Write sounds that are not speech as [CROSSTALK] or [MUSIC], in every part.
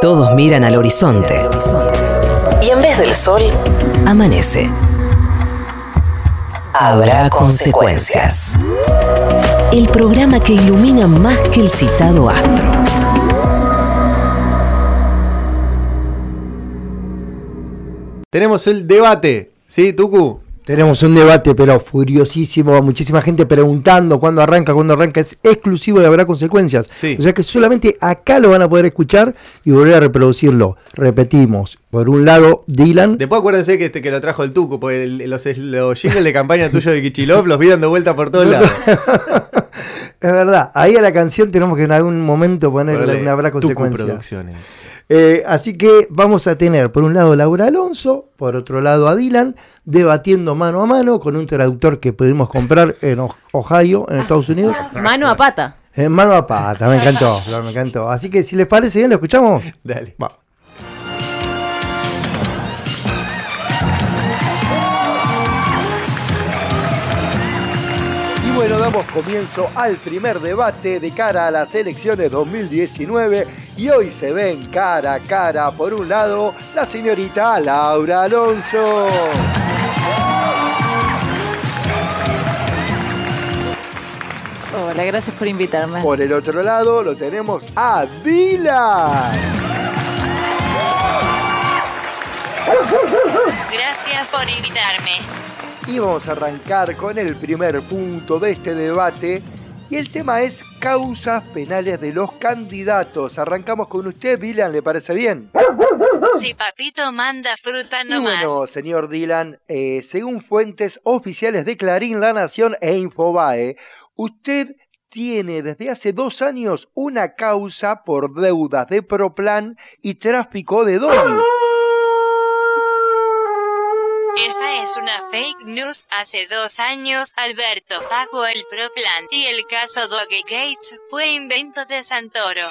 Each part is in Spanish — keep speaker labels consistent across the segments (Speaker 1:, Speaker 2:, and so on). Speaker 1: Todos miran al horizonte. Y en vez del sol, amanece. Habrá consecuencias. El programa que ilumina más que el citado astro.
Speaker 2: Tenemos el debate, ¿sí, Tucu?
Speaker 3: Tenemos un debate, pero furiosísimo, muchísima gente preguntando cuándo arranca, cuándo arranca. Es exclusivo de Habrá Consecuencias.
Speaker 2: Sí.
Speaker 3: O sea que solamente acá lo van a poder escuchar y volver a reproducirlo. Repetimos, por un lado, Dylan.
Speaker 2: Después acuérdense que, este, que lo trajo el Tucu, porque el- los, es- los jingles de campaña tuyo de Kichilov los vi dando vuelta por todos lados.
Speaker 3: Es verdad, ahí a la canción tenemos que en algún momento ponerle [LAUGHS] una Habrá
Speaker 2: Tucu
Speaker 3: Consecuencias.
Speaker 2: Producciones.
Speaker 3: Eh, así que vamos a tener, por un lado, a Laura Alonso, por otro lado, a Dylan, debatiendo mano a mano con un traductor que pudimos comprar en O- Ohio, en Estados Unidos.
Speaker 4: Mano a pata.
Speaker 3: Eh, Mano a pata, me encantó, Flor, me encantó. Así que si les parece bien, lo escuchamos.
Speaker 2: Dale.
Speaker 3: Vamos.
Speaker 5: Y bueno, damos comienzo al primer debate de cara a las elecciones 2019 y hoy se ven cara a cara, por un lado, la señorita Laura Alonso.
Speaker 4: Hola, gracias por invitarme.
Speaker 5: Por el otro lado lo tenemos a Dylan.
Speaker 6: Gracias por invitarme.
Speaker 5: Y vamos a arrancar con el primer punto de este debate. Y el tema es causas penales de los candidatos. Arrancamos con usted, Dylan, ¿le parece bien?
Speaker 6: Si papito manda fruta
Speaker 5: Y
Speaker 6: nomás.
Speaker 5: Ah. bueno, señor Dylan, eh, según fuentes oficiales de Clarín, La Nación e Infobae, usted tiene desde hace dos años una causa por deudas de Proplan y tráfico de Doni.
Speaker 6: Esa es una fake news. Hace dos años, Alberto pagó el Proplan y el caso Doge Gates fue invento de Santoro.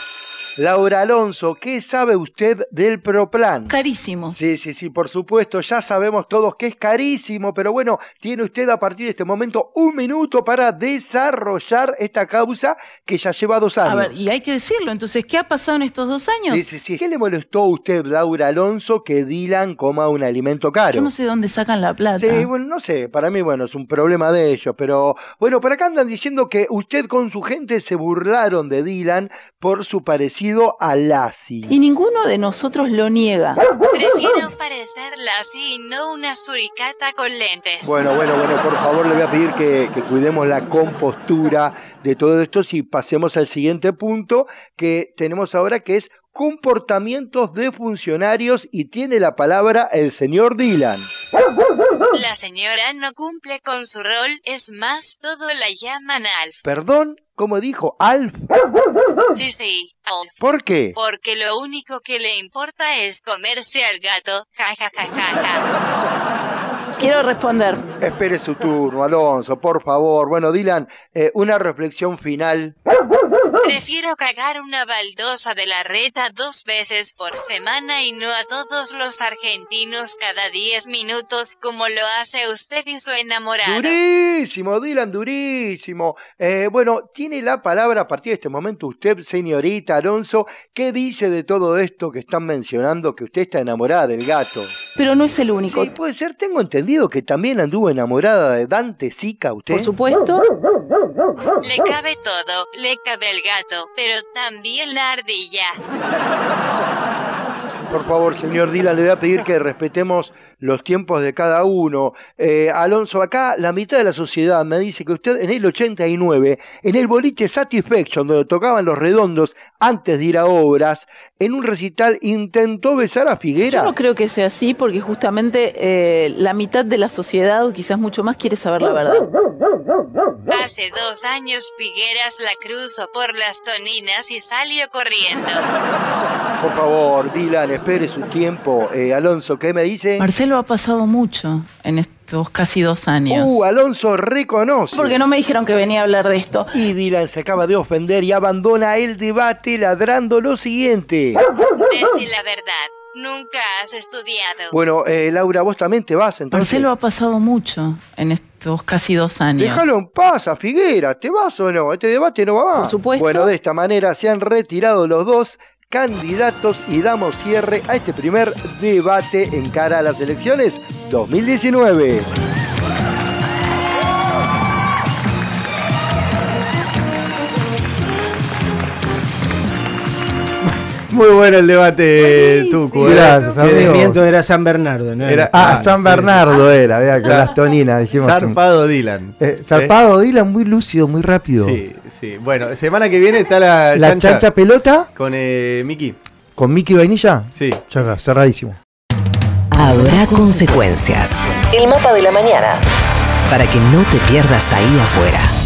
Speaker 5: Laura Alonso, ¿qué sabe usted del Proplan?
Speaker 4: Carísimo.
Speaker 5: Sí, sí, sí, por supuesto, ya sabemos todos que es carísimo, pero bueno, tiene usted a partir de este momento un minuto para desarrollar esta causa que ya lleva dos años.
Speaker 4: A ver, y hay que decirlo, entonces, ¿qué ha pasado en estos dos años?
Speaker 5: Sí, sí, sí. ¿Qué le molestó a usted, Laura Alonso, que Dylan coma un alimento caro?
Speaker 4: Yo no sé de dónde sacan la plata.
Speaker 5: Sí, bueno, no sé, para mí, bueno, es un problema de ellos, pero bueno, por acá andan diciendo que usted con su gente se burlaron de Dylan por su parecido a Lassie.
Speaker 4: Y ninguno de nosotros lo niega.
Speaker 5: [LAUGHS]
Speaker 6: Prefiero parecerla así y no una suricata con lentes.
Speaker 5: Bueno, bueno, bueno, por favor le voy a pedir que, que cuidemos la compostura de todo esto si pasemos al siguiente punto que tenemos ahora que es comportamientos de funcionarios y tiene la palabra el señor Dylan.
Speaker 6: La señora no cumple con su rol, es más, todo la llaman Alf.
Speaker 5: Perdón, como dijo Alf, Ah.
Speaker 6: Sí, sí, Alf.
Speaker 5: ¿por qué?
Speaker 6: Porque lo único que le importa es comerse al gato. Ja, ja, ja, ja, ja.
Speaker 4: Quiero responder.
Speaker 5: Espere su turno, Alonso, por favor. Bueno, Dylan, eh, una reflexión final.
Speaker 6: Prefiero cagar una baldosa de la reta dos veces por semana y no a todos los argentinos cada 10 minutos como lo hace usted y su enamorado.
Speaker 5: Durísimo, Dylan, durísimo. Eh, bueno, tiene la palabra a partir de este momento usted, señorita Alonso. ¿Qué dice de todo esto que están mencionando que usted está enamorada del gato?
Speaker 4: Pero no es el único.
Speaker 5: Sí, puede ser. Tengo entendido que también anduvo enamorada de Dante Sica, usted.
Speaker 4: Por supuesto,
Speaker 6: Le cabe todo, le cabe el gato, pero también la ardilla.
Speaker 5: Por favor, señor Dylan, le voy a pedir que respetemos los tiempos de cada uno. Eh, Alonso, acá la mitad de la sociedad me dice que usted en el 89, en el boliche Satisfaction, donde tocaban los redondos antes de ir a obras, en un recital intentó besar a
Speaker 4: yo
Speaker 5: Figueras.
Speaker 4: no creo que sea así porque justamente eh, la mitad de la sociedad o quizás mucho más quiere saber la verdad.
Speaker 6: Hace dos años Figueras la cruzó por las toninas y salió corriendo.
Speaker 5: Por favor, Dylan, espere su tiempo. Eh, Alonso, ¿qué me dice?
Speaker 4: Marcelo ha pasado mucho en estos casi dos años.
Speaker 5: Uh, Alonso reconoce.
Speaker 4: Porque no me dijeron que venía a hablar de esto.
Speaker 5: Y Dylan se acaba de ofender y abandona el debate ladrando lo siguiente.
Speaker 6: Decir la verdad, nunca has estudiado.
Speaker 5: Bueno, eh, Laura, vos también te vas entonces.
Speaker 4: Marcelo ha pasado mucho en estos casi dos años.
Speaker 5: Déjalo en paz a Figuera, ¿te vas o no? Este debate no va más.
Speaker 4: Por supuesto.
Speaker 5: Bueno, de esta manera se han retirado los dos candidatos y damos cierre a este primer debate en cara a las elecciones 2019.
Speaker 2: Muy bueno el debate, Tucu. ¿eh?
Speaker 3: Gracias,
Speaker 2: Sí,
Speaker 3: amigos.
Speaker 7: Cedimiento era San Bernardo, ¿no?
Speaker 2: Era-
Speaker 3: Ah,
Speaker 2: Ah,
Speaker 3: San
Speaker 2: sí.
Speaker 3: Bernardo era, vea, con las toninas, dijimos.
Speaker 2: Zarpado Dylan.
Speaker 3: Eh, zarpado, Dylan, muy lúcido, muy rápido.
Speaker 2: Sí, sí. Bueno, semana que viene está la,
Speaker 3: La
Speaker 2: chancha,
Speaker 3: chancha, pelota
Speaker 2: con eh, Miki.
Speaker 3: con Mickey Vainilla.
Speaker 2: Sí.
Speaker 3: Ya está, cerradísimo.
Speaker 1: Habrá consecuencias. El mapa de la mañana. Para que no te pierdas ahí afuera.